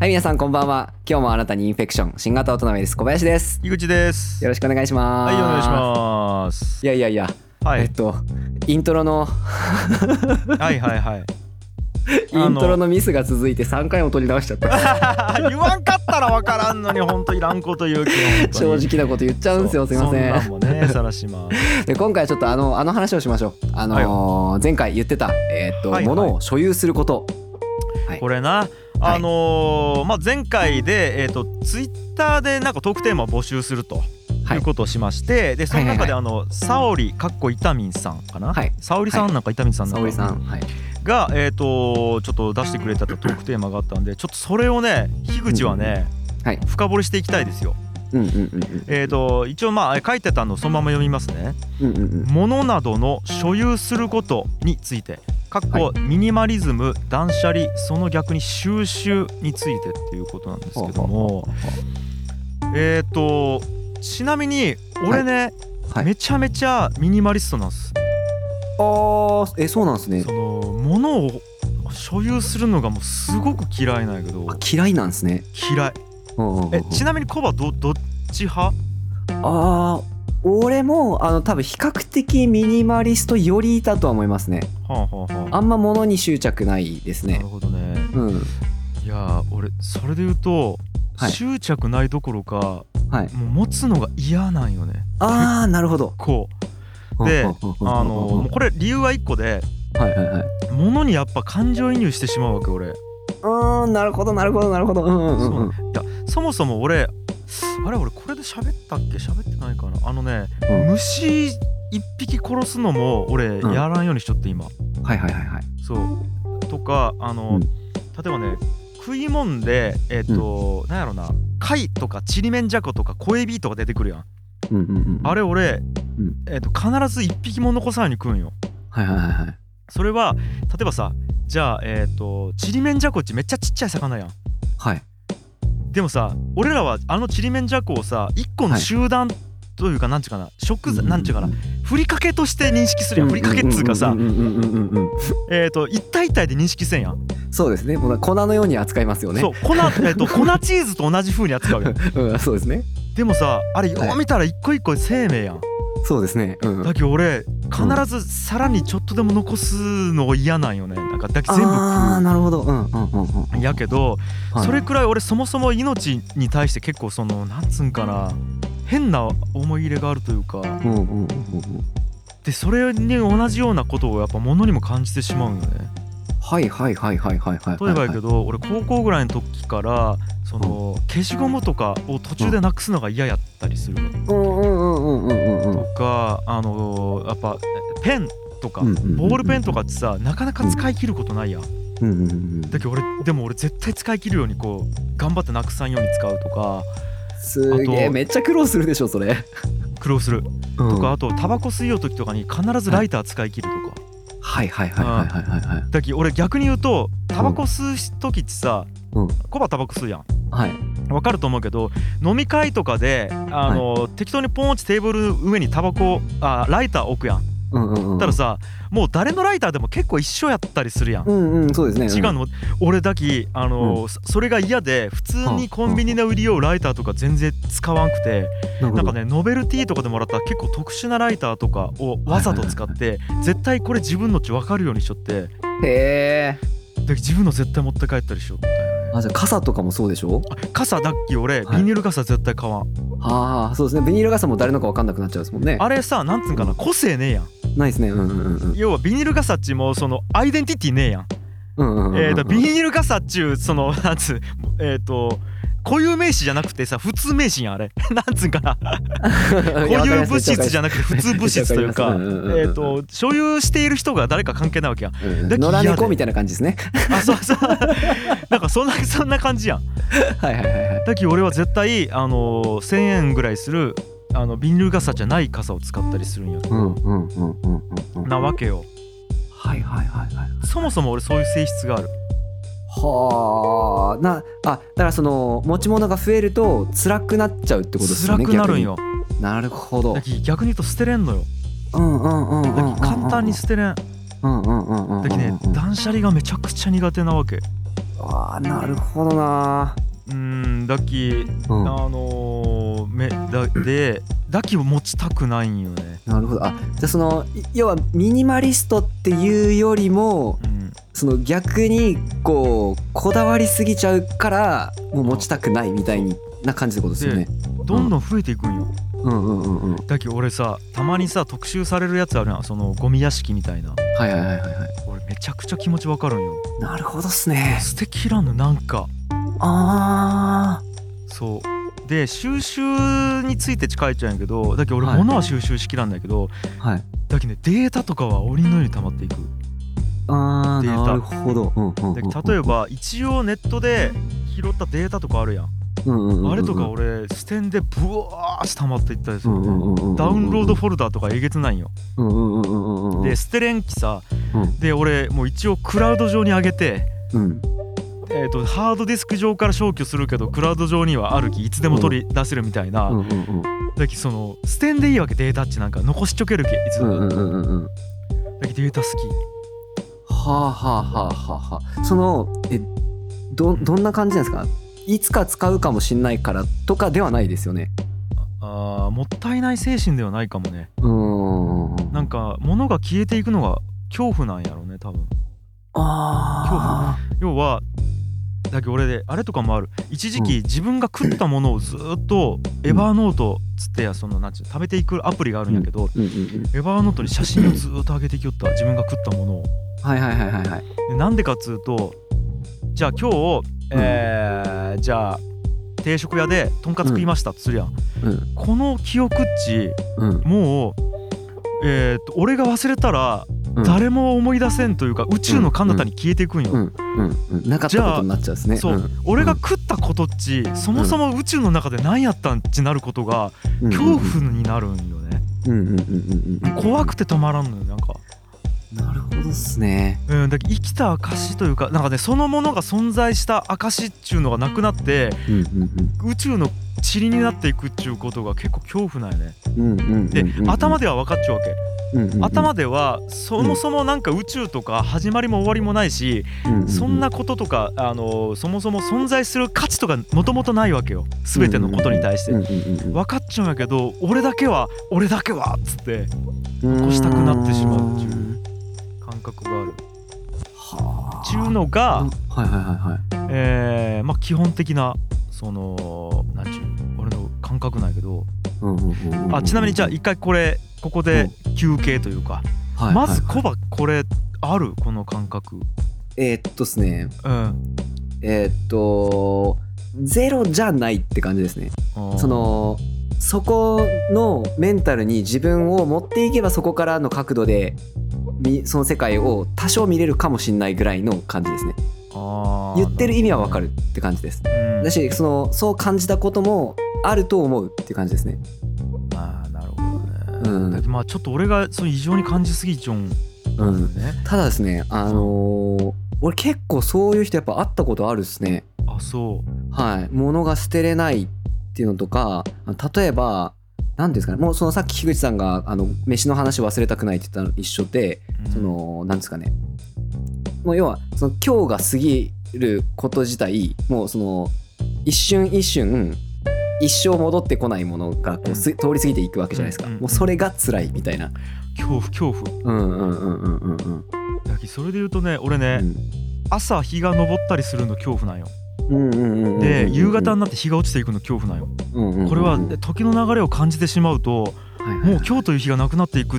はい、皆さんこんばんは。今日も新たにインフェクション、新型オトナメです。小林です。井口です。よろしくお願いします。はい、お願いします。いやいやいや、はえいっ、と、イントロの、はい、はい、はい。 イントロのミスが続いて3回も取り直しち ゃった。言わんかったらわからんのに、本当いらんこと言うけど。正本当に直なこと言っちゃうんですよ、すいませそんなんん。もね、さらします。で、今回はちょっとあの、あの話をしましょう。あのー前回言ってた、えっと、はいはい物を所有すること。 はいこれな、あのーまあ、前回で、えっ、と、ツイッターで、なんかトークテーマを募集すると。はいい、うことをしまして、で、その中で、はあの、沙織かっこ伊丹さんかな。はい沙織さんなんか伊丹さん沙なん織かさん、はい。が、えっ、と、ちょっと出してくれたとトークテーマがあったんで、ちょっとそれをね、樋口はね、はい深掘りしていきたいですよ。うんうんうんうん。えー、と一応まあ書いてたのをそのまま読みますね。うんうんうん。物などの所有することについて。かっこミニマリズム断捨離その逆に収集についてっていうことなんですけどもえっ、とちなみに俺ね、はいめちゃめちゃミニマリストなんです、あー、え、そうなんですねそ。の物を所有するのがもうすごく嫌いなんやけどあ嫌いなんですね。嫌いうんうんうんうんえちなみにコバどどっち派あー俺もあの多分比較的ミニマリストよりだとは思いますねはあはあはああんま物に執着ないですなねるほどねうんいやー俺それで言うと、はい執着ないどころかはいもう持つのが嫌なんよねああなるほどこう でうあのもうはこれ理由は1個でいはいは物にやっぱ感情移入してしまうわけ俺いいうーんなるほどなるほどなるほどうんうんうんうんやそもそも俺あれ俺これで喋ったっけ喋ってないかなあのね、うん虫1匹殺すのも俺うんやらんようにしちゃって今、はいはいはいはいそうとかあの、うん例えばね食いもんでえっ、と、なんやろな貝とかちりめんじゃことか小エビとか出てくるやんうんうんうんあれ俺、うんえー、と必ず1匹も残さないように食うんよはいはいはいはいそれは例えばさじゃあえっ、とちりめんじゃこっちめっちゃちっちゃい魚やんはいでもさ俺らはあのちりめんじゃこをさ1個のはい集団というかなんちゅうかな食材、なんちゅうかなうふりかけとして認識するやんふりかけっつうかさんうんうんうんうんうんえっ、と一体一体で認識せんやん、そうですねもう粉のように扱いますよねそう粉,、えー、 と粉チーズと同じ風に扱うやんうんそうですねでもさあれよはいう見たら一個一個生命やん、そうですねうんだけど俺必ずさらにちょっとでも残すのが嫌なんよねなんかだけど全部ああ食なるほどうんうんうんうんうやけどはいそれくらい俺そもそも命に対して結構そのなんつうんかな変な思い入れがあるというかうんうんうんうんうんでそれに同じようなことをやっぱ物にも感じてしまうんよねはいはいはいはいはいはいはい例えばやはけいど俺高校ぐらいの時からその消しゴムとかを途中でなくすのが嫌やったりするうんうんうんうんうんうんうんとかあのやっぱペンとかうんうんうんうんボールペンとかってさなかなか使い切ることないやんうんうんうんだけど俺でも俺絶対使い切るようにこう頑張ってなくさんように使うとかすげえあとめっちゃ苦労するでしょそれ苦労するととかあとタバコ吸いよう時とかに必ずライター使い切るとかはいはいはいはいはいはいはいだけど俺逆に言うとタバコ吸う時ってさうんコバタバコ吸うやんはいわかると思うけど飲み会とかであの適当にポンってテーブルの上にタバコあライター置くやんうんうんうんたらさもう誰のライターでも結構一緒やったりするやんうんうんそうですね違うの俺だけあのそそれが嫌で普通にコンビニで売りようライターとか全然使わんくてうんなんかねねノベルティとかでもらった結構特殊なライターとかをわざと使って絶対これ自分のち分かるようにしとってへえで自分の絶対持って帰ったりしよったよねあじゃあ傘とかもそうでしょあ傘だっき俺はいビニール傘絶対買わん、ああそうですねビニール傘も誰のか分かんなくなっちゃうですもんねあれさなんつうんかな個性ねえやんないですねうんうんうんうん要はビニール傘っちもそのアイデンティティねえやんうんうんうんうんえーとビニール傘っちゅうそのなんつうえっと固有名詞じゃなくてさ普通名詞やんあれ なんつうんかな 固固有物質じゃなくて普通物質というかうんうんうんうんえっと所有している人が誰か関係ないわけやんだけど野良嫌猫でみたいな感じですね あそうそうなんかそんなそんな感じやんはいはいはいはいだけど俺は絶対あのー1,000円ぐらいするあのビニール傘じゃない傘を使ったりするんやうんうんうんうんうんうんなわけよはいはいはいはいそもそも俺そういう性質があるはあなあだからその持ち物が増えると辛くなっちゃうってことですよね辛くなるんよ逆になるほどだけど逆に言うと捨てれんのようんうんうんうんだけど簡単にす捨てれんだうんうんうんうんうんうんけどね断捨離がめちゃくちゃ苦手なわけああなるほどなうんだきうあんのーめだでだきを持ちたくないんよね、なるほどあじゃあそのい要はミニマリストっていうよりもうん、その逆にこうこだわりすぎちゃうからもう持ちたくないみたいな感じってことですよね。どんどん増えていくんようんうんうんうん。だき俺さたまにさ特集されるやつあるやんそのゴミ屋敷みたいなはいはいはいはいはい。俺めちゃくちゃ気持ちわかるんよなるほどっすね。素敵なのなんかあそうで収集について近いっちゃうんやけどだけど俺はい物は収集しきらんだけど、あはい。だけどねデータとかは折りのように溜まっていくああデータなるほど。うんうんうんだうんけど例えば一応ネットで拾ったデータとかあるやんうんうんうんうんあれとか俺視点でブワーッ溜まっていったりすうるんようんねうんうんうんダウンロードフォルダとかえげつないんようんうんうんうんうんうんで捨てれんきさうんで俺もう一応クラウド上に上げてうんえー、とハードディスク上から消去するけどクラウド上にはあるきいつでも取り出せるみたいな、うんうんうんだけどその捨てんでいいわけデータっちなんか残しちょけるけいつうも、んうんうんうんうん。だけどデータ好きはあはあはあはあはあそのえどどんな感じなんですかいつか使うかもしんないからとかではないですよねあーもったいない精神ではないかもねうーんなんか物が消えていくのが恐怖なんやろうね多分あ要はだけど俺であれとかもある一時期自分が食ったものをずーっとエバーノートつってやそのなんちゅう食べていくアプリがあるんやけど、うんうんうんエバーノートに写真をずーっと上げてきよった自分が食ったものをはいはいはいはいはいでなんでかっつうとじゃあ今日、えーじゃあ定食屋でとんかつ食いましたとするやん、うんこの記憶っちうんもうえーと俺が忘れたらうん誰も思い出せんというか宇宙の彼方に消えていくんよ、うんうんうんなかったことになっちゃうんですねそう、俺が食ったことっちそもそも宇宙の中で何やったんちなることがうん恐怖になるんよね、うんうんうんうんうん怖くてたまらんのよなんか、なるほどっすねうん、だけど生きた証というかなんかねそのものが存在した証っちゅうのがなくなってうんうん宇宙の塵になっていくっちゅうことが結構恐怖なんやねうんうんうんうんで、頭ででは分かっちゃうわけ、頭ではそもそもなんか宇宙とか始まりも終わりもないし、そんなこととか、あのそもそも存在する価値とかもともとないわけよ全てのことに対して、分かっちゃうんやけど俺だけは俺だけはっつって残したくなってしまうっていう感覚があるっはあていうのが、はいはいはいはいえーまあ、基本的なその何ちゅう俺の感覚なんやけどうんうんうんうんあちなみにじゃあ一回これここで休憩というか、はいまずはいコバこれあるこの感覚えーっとですねうんえーっとゼロじゃないって感じですねそのそこのメンタルに自分を持っていけばそこからの角度でみその世界を多少見れるかもしんないぐらいの感じですねあー言ってる意味はわかるって感じですうんだしそのそう感じたこともあると思うって感じですねあーなるほどね、うんだけどまあちょっと俺がその異常に感じすぎちょんうなんだよんね、ただですねあのー俺結構そういう人やっぱ会ったことあるっすねあそうはい、物が捨てれないっていうのとか例えば何ですかねもうそのさっき樋口さんがあの飯の話忘れたくないって言ったのと一緒で、うんその何ですかねもう要はその今日が過ぎること自体もうその一瞬一瞬一生戻ってこないものがこうす通り過ぎていくわけじゃないですか、うんうんうんもうそれが辛いみたいな恐怖恐怖うんうんうんうんうんうんだけどそれで言うとね俺ね、朝日が昇ったりするの恐怖なんようんうんうんうんうんで夕方になって日が落ちていくの恐怖なんようんうんうんうんこれははいで時の流れを感じてしまうとはいはいもう今日という日がなくなっていく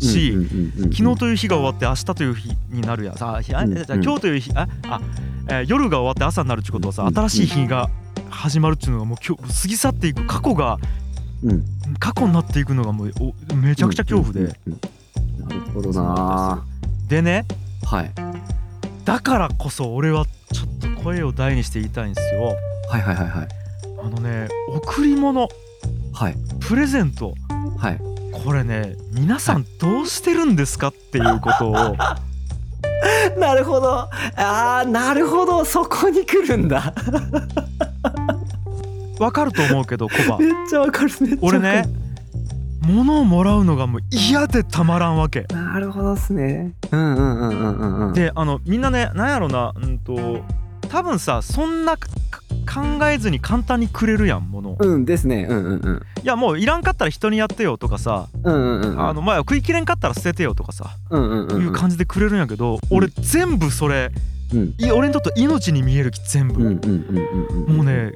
し、うんうんうんうん昨日という日が終わって明日という日になるやんさあひあうんじゃあ今日という日ああ、えー夜が終わって朝になるってことはさうん新しい日が始まるっていうのがもう今日過ぎ去っていく過去がうん過去になっていくのがもうおめちゃくちゃ恐怖で、うんうんうんなるほどなでねはいだからこそ俺はちょっと声を大にして言いたいんですよはいはいはいはいあのね贈り物はいプレゼント はいこれね皆さんどうしてるんですかっていうことをなるほどあーなるほどそこに来るんだわかると思うけどコバめっちゃわかるめっちゃわか俺るね物をもらうのがもう嫌でたまらんわけなるほどっすねうんうんうんうんうんうんであのみんなねなんやろなうんと多分さそんなか考えずに簡単にくれるやんもの、うんですねうんうんうんいやもういらんかったら人にやってよとかさ、うんうんうんあのまあ食いきれんかったら捨ててよとかさ、うんうんうんいう感じでくれるんやけどうん俺全部それうんい俺にとって命に見えるき全うんう部、んうんうんうんもうね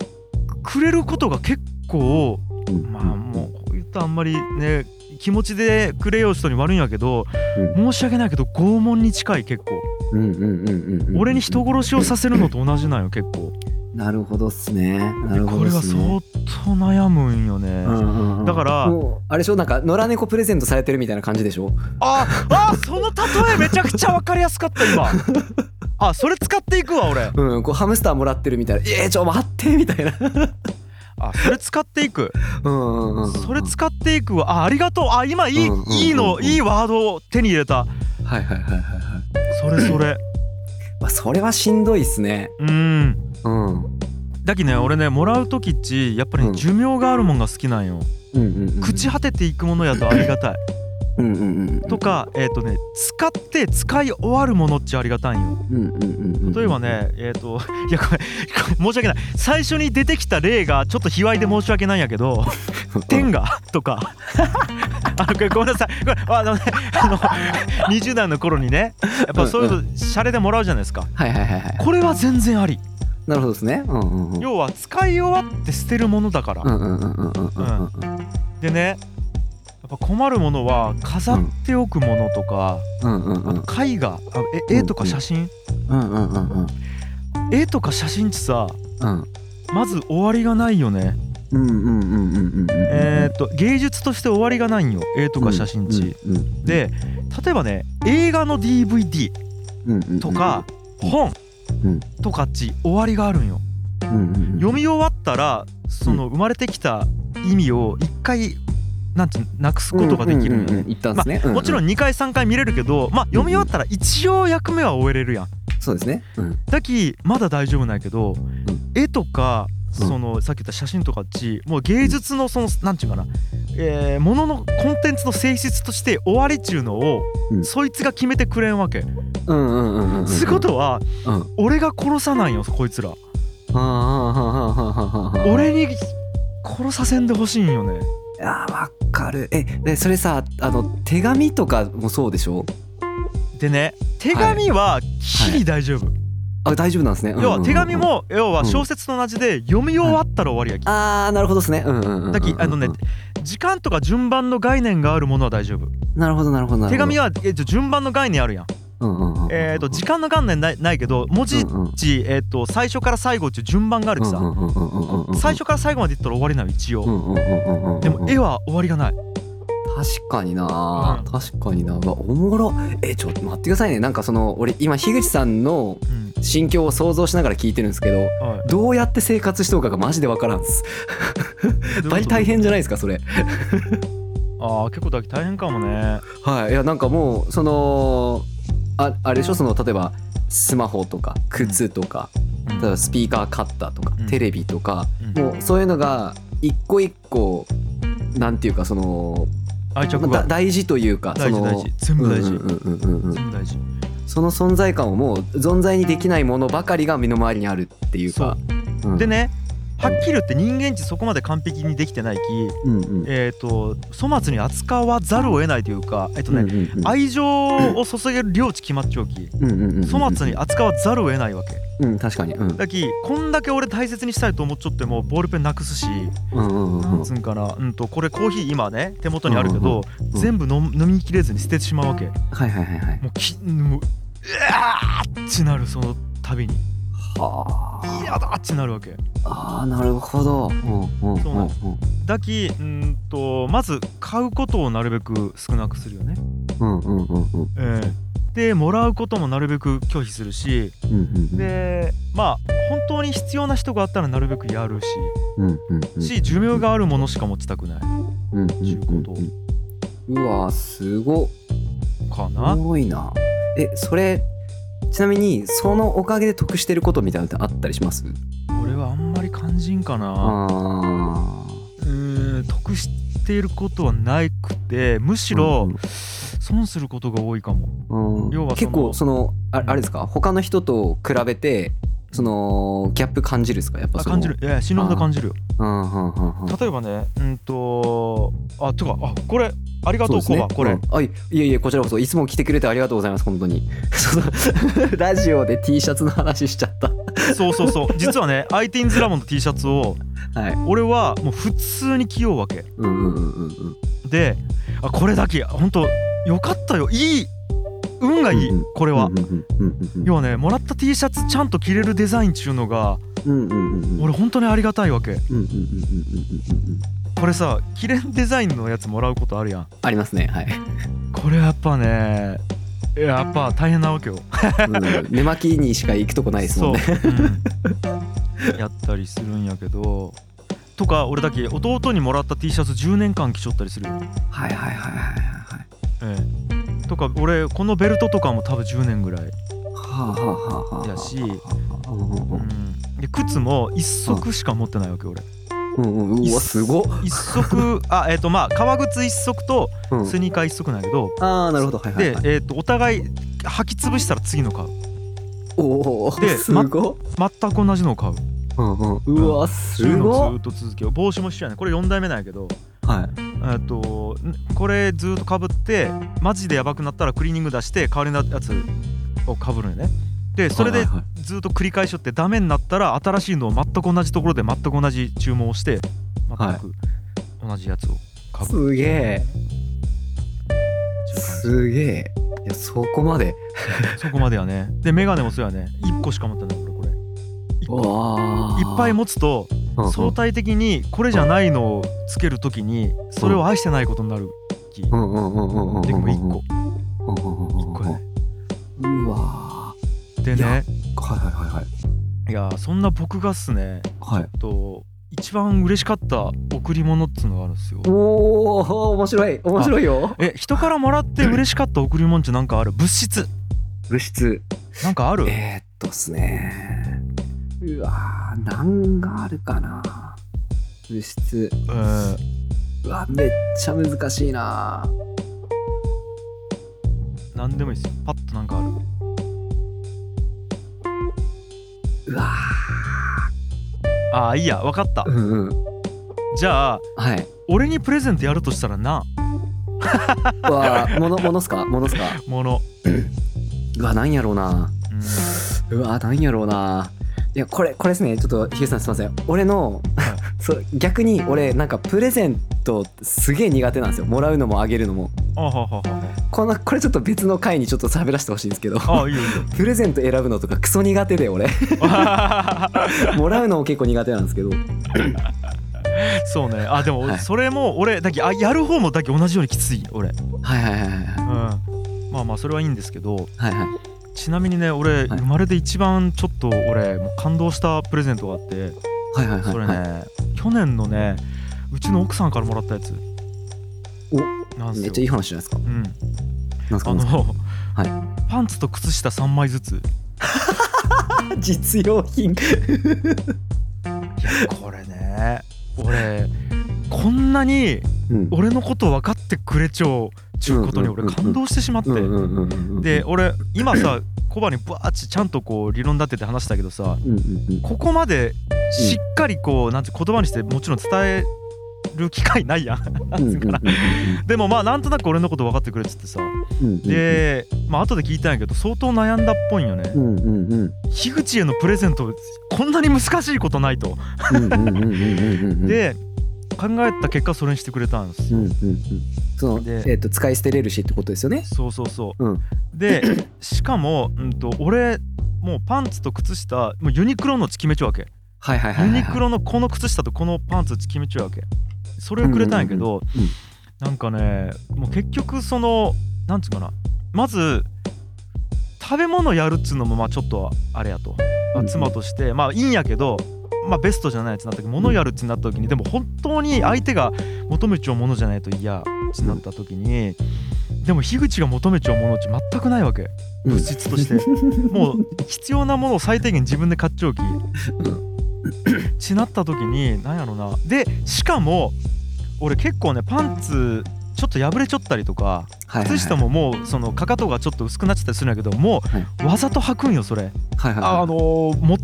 くれることが結構うんまあもうこう言ったらあんまりね気持ちでくれよう人に悪いんやけどうん申し訳ないけど拷問に近い結構うんうんうんうんうんうん俺に人殺しをさせるのと同じなんよ結構なるほどっすねなでるこほれどはっすね相当悩むんよねうんうんうんだからもうあれでしょなんか野良猫プレゼントされてるみたいな感じでしょああその例えめちゃくちゃ分かりやすかった今あそれ使っていくわ俺うんこうハムスターもらってるみたいな「えー、ちょ待って」みたいな あそれ使っていくうんうんうんうんそれ使っていくわあありがとうあ今いいうんうんうんうんいいのいいワードを手に入れたはいはいはいはいはいそれそれまあそれはしんどいっすねうんうんうんだきね俺ねもらう時っちやっぱりね、うん寿命があるもんが好きなんよ、うんうん朽ち果てていくものやとありがたいうんうんうんうんとかえっ、とね使って使い終わるものっちありがたいんようんうんうんうん例えばねえっ、と いやこれこれ申し訳ない最初に出てきた例がちょっと卑猥で申し訳ないんやけど「天が」 とかあのこれごめんなさいこれあのね あの20代の頃にねやっぱそういうのシャレでもらうじゃないですかはいはいはいはいこれは全然ありなるほどですねうんうんうん要は使い終わって捨てるものだからうんうんうんうんうんうんうんでねやっぱ困るものは飾っておくものとか、うんうんうん絵画あうんえ絵とか写真、うんうんうんうん絵とか写真ってさうんまず終わりがないよね、うんうんうんうんうんうんえーっと芸術として終わりがないんよ絵とか写真うん地、うんうんで例えばね映画の DVD うんうんとかうん本うんとかっち終わりがあるんようんうんうん読み終わったらその生まれてきた意味を一回なんていうのなくすことができるんようんうんうねん一旦ですね、もちろんん2回3回見れるけど、まあ、読み終わったら一応役目は終えれるやん。そうですね、うん、だきまだ大丈夫なんやけど、ん絵とかうんそのさっき言った写真とかっちもう芸術のそのなんていうかな、えー、もののコンテンツの性質として終わりっちゅうのを、うんそいつが決めてくれんわけ。うんうんうんうんうんすことはうん俺が殺さないよこいつら。はあはあはあはあはあはあ俺に殺させんでほしいんよね。あーわかるえでそれさあの手紙とかもそうでしょでね手紙はきり大丈夫。あ大丈夫なんですね、うんうん要うんは手紙も要は小説と同じで読み終わったら終わりやき。あーなるほどですねうんうんうんうんうんだきあのね時間とか順番の概念があるものは大丈夫なるほどなるほどなるほど手紙は、はえっと順番の概念あるやんうんうんうんうん、えっと時間の概念ないないけど文字うんうん値えっと最初から最後っていう順番があるきうさんうんうんうんうんうん最初から最後までいったら終わりなの一う応んうんうんうんうんうんでも絵は終わりがない確かにな、うん確かになうわおもろえちょっと待ってくださいねなんかその俺今樋口さんのうん心境を想像しながら聞いてるんですけどはいどうやって生活しとうかがマジでわからんっすどういうこと大大変じゃないですかそれああ結構だけ大変かもねはいいやなんかもうそのああれでしょその例えばスマホとか靴とか、うん例えばスピーカーカッターとか、うんテレビとか、うんもうそういうのが一個一個なんていうかその、愛着まあだが大事というか大そ事の大事全部大う事んうんうんうんうん全部大事その存在感をもう存在にできないものばかりが身の回りにあるっていうか。うんで、ねはっきり言って人間ってそこまで完璧にできてないきうんうんえっと粗末に扱わざるを得ないというかえっとねうんうんうん愛情を注げる領地決まっちゃうきうんうんうんうん粗末に扱わざるを得ないわけうん確かにうんだきこんだけ俺大切にしたいと思っちゃってもボールペンなくすしうんうんうんうなんんつうんかなうんとこれコーヒー今ね手元にあるけどうん全部飲む飲みきれずに捨ててしまうわけはいはいはいはいもうきもううわーってなるその度にはあ嫌だーってなるわけああなるほど。うんうんそうなんでうんだきうんとまず買うことをなるべく少なくするよねうんうんうんうんええでもらうこともなるべく拒否するしうんうんでまあ本当に必要な人があったらなるべくやるしうんうんうんし寿命があるものしか持ちたくないうんうんちゅうことうんうわすごっかな多いな。えそれちなみにそのおかげで得してることみたいなのってあったりします？俺はあんまり肝心かなあうーん得していることはなくてむしーろ損することが多いかもうんうん要はその結構そのあうんあれですか他の人と比べてそのギャップ感じるですかやっぱあその感じるいや死ぬほど感じるようんうんうんうん例えばねうんとあとかあこれありがとうコバ、これ、うんあいいえいえこちらこそいつも来てくれてありがとうございます本当に そのラジオで T シャツの話しちゃったそうそうそう実はね i t i n s ラボの T シャツをはい俺はもう普通に着ようわけうんうんうんうんうんであこれだけ本当よかったよいい運がいいうんこれはうんうんうんうん要はねもらった T シャツちゃんと着れるデザインっちゅうのがうんうんうんうんうんうんうんうんうんうん俺本当にありがたいわけうんこれさ着れんデザインのやつもらうことあるやんありますねはいこれやっぱねいややっぱ大変なわけようん寝巻きにしか行くとこないですもんねそう、うんやったりするんやけどとか俺だけ弟にもらった T シャツ10年間着ちょったりするよ、はいはいはいはいはいはいええとか俺このベルトとかも多分10年ぐらい、はあはあはあはあやしうんうんうんうん、で靴も1足しか持ってないわけ俺うんうんうわすごっ、 1足 あえっ、とまあ革靴1足とうんスニーカー1足なんやけど、ああなるほどはいはい、ではい、、えっとお互い履き潰したら次の買うおお ですごっ、全く同じのを買ううんうん、うわすそういうのごをっずっと続けよう帽子も一緒やねこれ4代目なんやけどはいえっとんこれずっとかぶってマジでやばくなったらクリーニング出して代わりのやつをかぶるんよねでそれはいではいはいずっと繰り返しよってダメになったら新しいのを全く同じところで全く同じ注文をしては全いく同じやつをかぶるすげえっていう感 じすげえいやそこまでそこまでやねでメガネもそうやね1個しか持ってないこれこれ1個わあいっぱい持つとうんうん相対的にこれじゃないのをつけるときにそれを愛してないことになる気でうんうんうんうんうんうんうんも1個うんうんうん1個やねうんうわでいやねはいはいはいはいいやーそんな僕がっすねはいと一番嬉しかった贈り物っつうのがあるんですよおお面白い面白いよえ人からもらって嬉しかった贈り物ってなんかある物質物質なんかあるえー、っとっすねうわー何があるかな物質えーうわめっちゃ難しいな何でもいいですよパッとなんかあるうわああいいや分かったーうんうんじゃあはい俺にプレゼントやるとしたらなうわーものも のっすかものっすかもの、うわなんやろうなうん、うわなんやろうないやこれこれですねちょっとヒゲさんすいません俺の、は そう逆に俺なんかプレゼントすげえ苦手なんですよもらうのもあげるのもあはははこのこれちょっと別の回にちょっと喋らせてほしいんですけどはあいいよいいよプレゼント選ぶのとかクソ苦手で俺もらうのも結構苦手なんですけど そうねあではもいそれも俺だけあやる方もだけ同じようにきつい俺うんはいはいはいはいまあまあそれはいいんですけどはいはいちなみにね俺、はい生まれて一番ちょっと俺もう感動したプレゼントがあってはいはいはいそれはいね去年のねうちの奥さんからもらったやつなめっんすちゃいいよ、話じゃないですかうん、なんすあかなんすかの、はパンツと靴下3枚ずつい実用品やこれね俺こんなにうん俺のこと分かってくれちゃうちゅうことに俺うんうんうんうん感動してしまってうんうんうんうんうんで俺今さコバにバーッチちゃんとこう理論立てて話したけどさうんうんうんここまでしっかりこうなんて言葉にしてもちろん伝える機会ないやん なんつうかなでもまあなんとなく俺のこと分かってくれっつってさうんうんうんでまあ後で聞いたんやけど相当悩んだっぽいんよねうんうんうん樋口へのプレゼントこんなに難しいことないとうんうんうんうんうんうんで考えた結果それにしてくれたんですうよんうんうんそのでえっと使い捨てれるしってことですよねそうそうそう、うんでしかも、うん、と俺もうパンツと靴下もうユニクロの決めちゃうわけはいはいはいユはいニクロのこの靴下とこのパンツ決めちゃうわけそれをくれたんやけど、うんうんうんなんかねもう結局そのなんつうかなまず食べ物やるっつうのもまあちょっとあれやと、まあうん妻としてまあいいんやけど、まあ、ベストじゃないやつになった時物やるっつになった時にでも本当に相手が求めちゃうものじゃないと嫌っつになった時にでも樋口が求めちゃうものって全くないわけうん物質として、もう必要なものを最低限自分で買っちゃうきちなった時に何やろなでしかも俺結構ねパンツちょっと破れちゃったりとかはいはいはい靴下ももうそのかかとがちょっと薄くなっちゃったりするんだけどもはいうわざと履くんよそれはいはいはいああのーももっ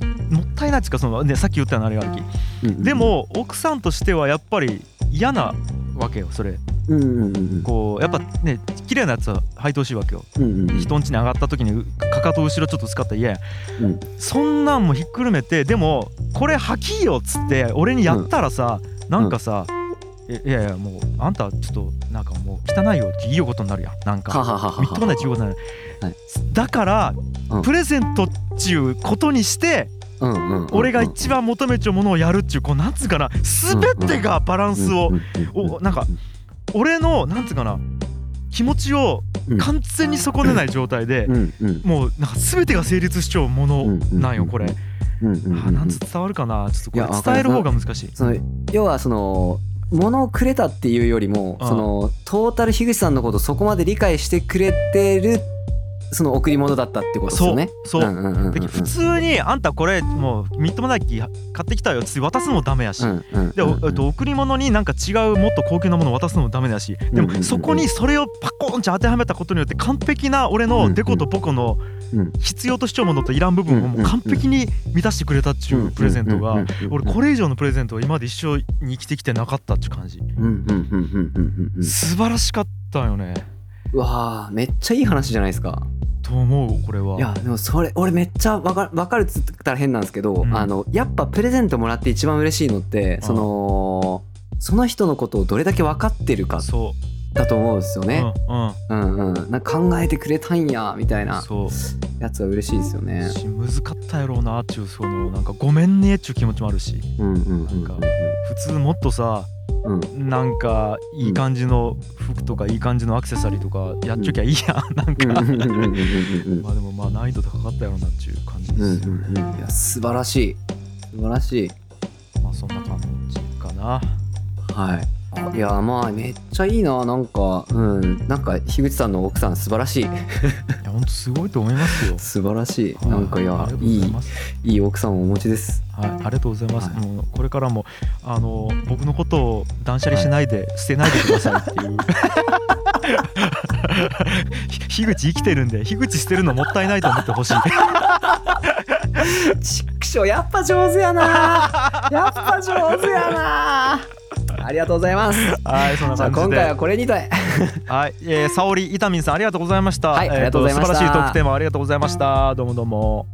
たいないっつうかそのねさっき言ったようなあれ歩きうんうんでも奥さんとしてはやっぱり嫌なわけよそれうんうんうんこうやっぱね綺麗なやつは履いてほしいわけようんうんうん人ん家に上がった時にかかと後ろちょっと使ったら嫌やうんそんなんもひっくるめてでもこれ履きよっつって俺にやったらさ、なんかさ、えいやいやもうあんたちょっとなんかもう汚いよって言うことになるやんなんははかはははみっともないって言うことになる、はいだから、うんプレゼントっちゅうことにしてうんうんうんうん俺が一番求めちゃうものをやるっちゅうこうなんつうかな全てがバランスを、うんうんうんうんおなんか俺のなんつうかな気持ちを完全に損ねない状態で、うんうんもうなんか全てが成立しちゃうものなんよこれ。うんうんうんあなんつ伝わるかなちょっとこれいやわかる伝える方が難しい。その要はその物をくれたっていうよりもああそのトータル樋口さんのことそこまで理解してくれてるその贈り物だったってことですよね。そうそうんんんうんで普通に「あんたこれもうみっともない木買ってきたよ」つって渡すのもダメやし。うんうんうんでおえっと贈り物になんか違うもっと高級なものを渡すのもダメだしでうんうんうもんそこにそれをパコーンって当てはめたことによって完璧な俺のデコとポコのうん必要としちゃうものといらん部分をもう完璧に満たしてくれたっちゅうプレゼントうんうがんうん俺これ以上のプレゼントは今まで一生に生きてきてなかったっちゅう感じうんうんうんうんうんうん素晴らしかったよねうわーめっちゃいい話じゃないですか。と思うこれはいやでもそれ俺めっちゃわかわかるっつったら変なんですけど、んあのやっぱプレゼントもらって一番嬉しいのってああそのその人のことをどれだけ分かってるかそだと思うんですよう、ね。うんうんうんうん、なんか考えてくれたんやみたいなそうやつは嬉しいですよね。し難かったやろうなっちゅうそのなんかごめんねっちゅう気持ちもあるしうんうんうんなんか普通もっとさうんうんなんかいい感じの服とかいい感じのアクセサリーとかやっちょきゃいいやんなんうんかうんうんうんうんうんまあでもまあ難易度高かったやろうなっちゅう感じうでんすようんうんいねや素晴らしい素晴らしい。まあそんな感じかなはいあいやまあめっちゃいいななんかうんなんか樋口さんの奥さん素晴らしい。いやほんとすごいと思いますよ素晴らしい。なんかいはやあ、りいがとうございい、ますいい奥さんをお持ちです。はい、ありがとうございます、はいもうこれからもあの僕のことを断捨離しないで、捨てないでくださいっていう ひ樋口生きてるんで樋口捨てるのもったいないと思ってほしいちっくしょう、やっぱ上手やな。やっぱ上手やな。ありがとうございます。はいそんなじゃあ感じ今で回はこれにて。はい、えー、沙織伊丹さんありがとうございました、はいえーとありがとうございました素晴らしいトークテーマありがとうございましたどうもどうも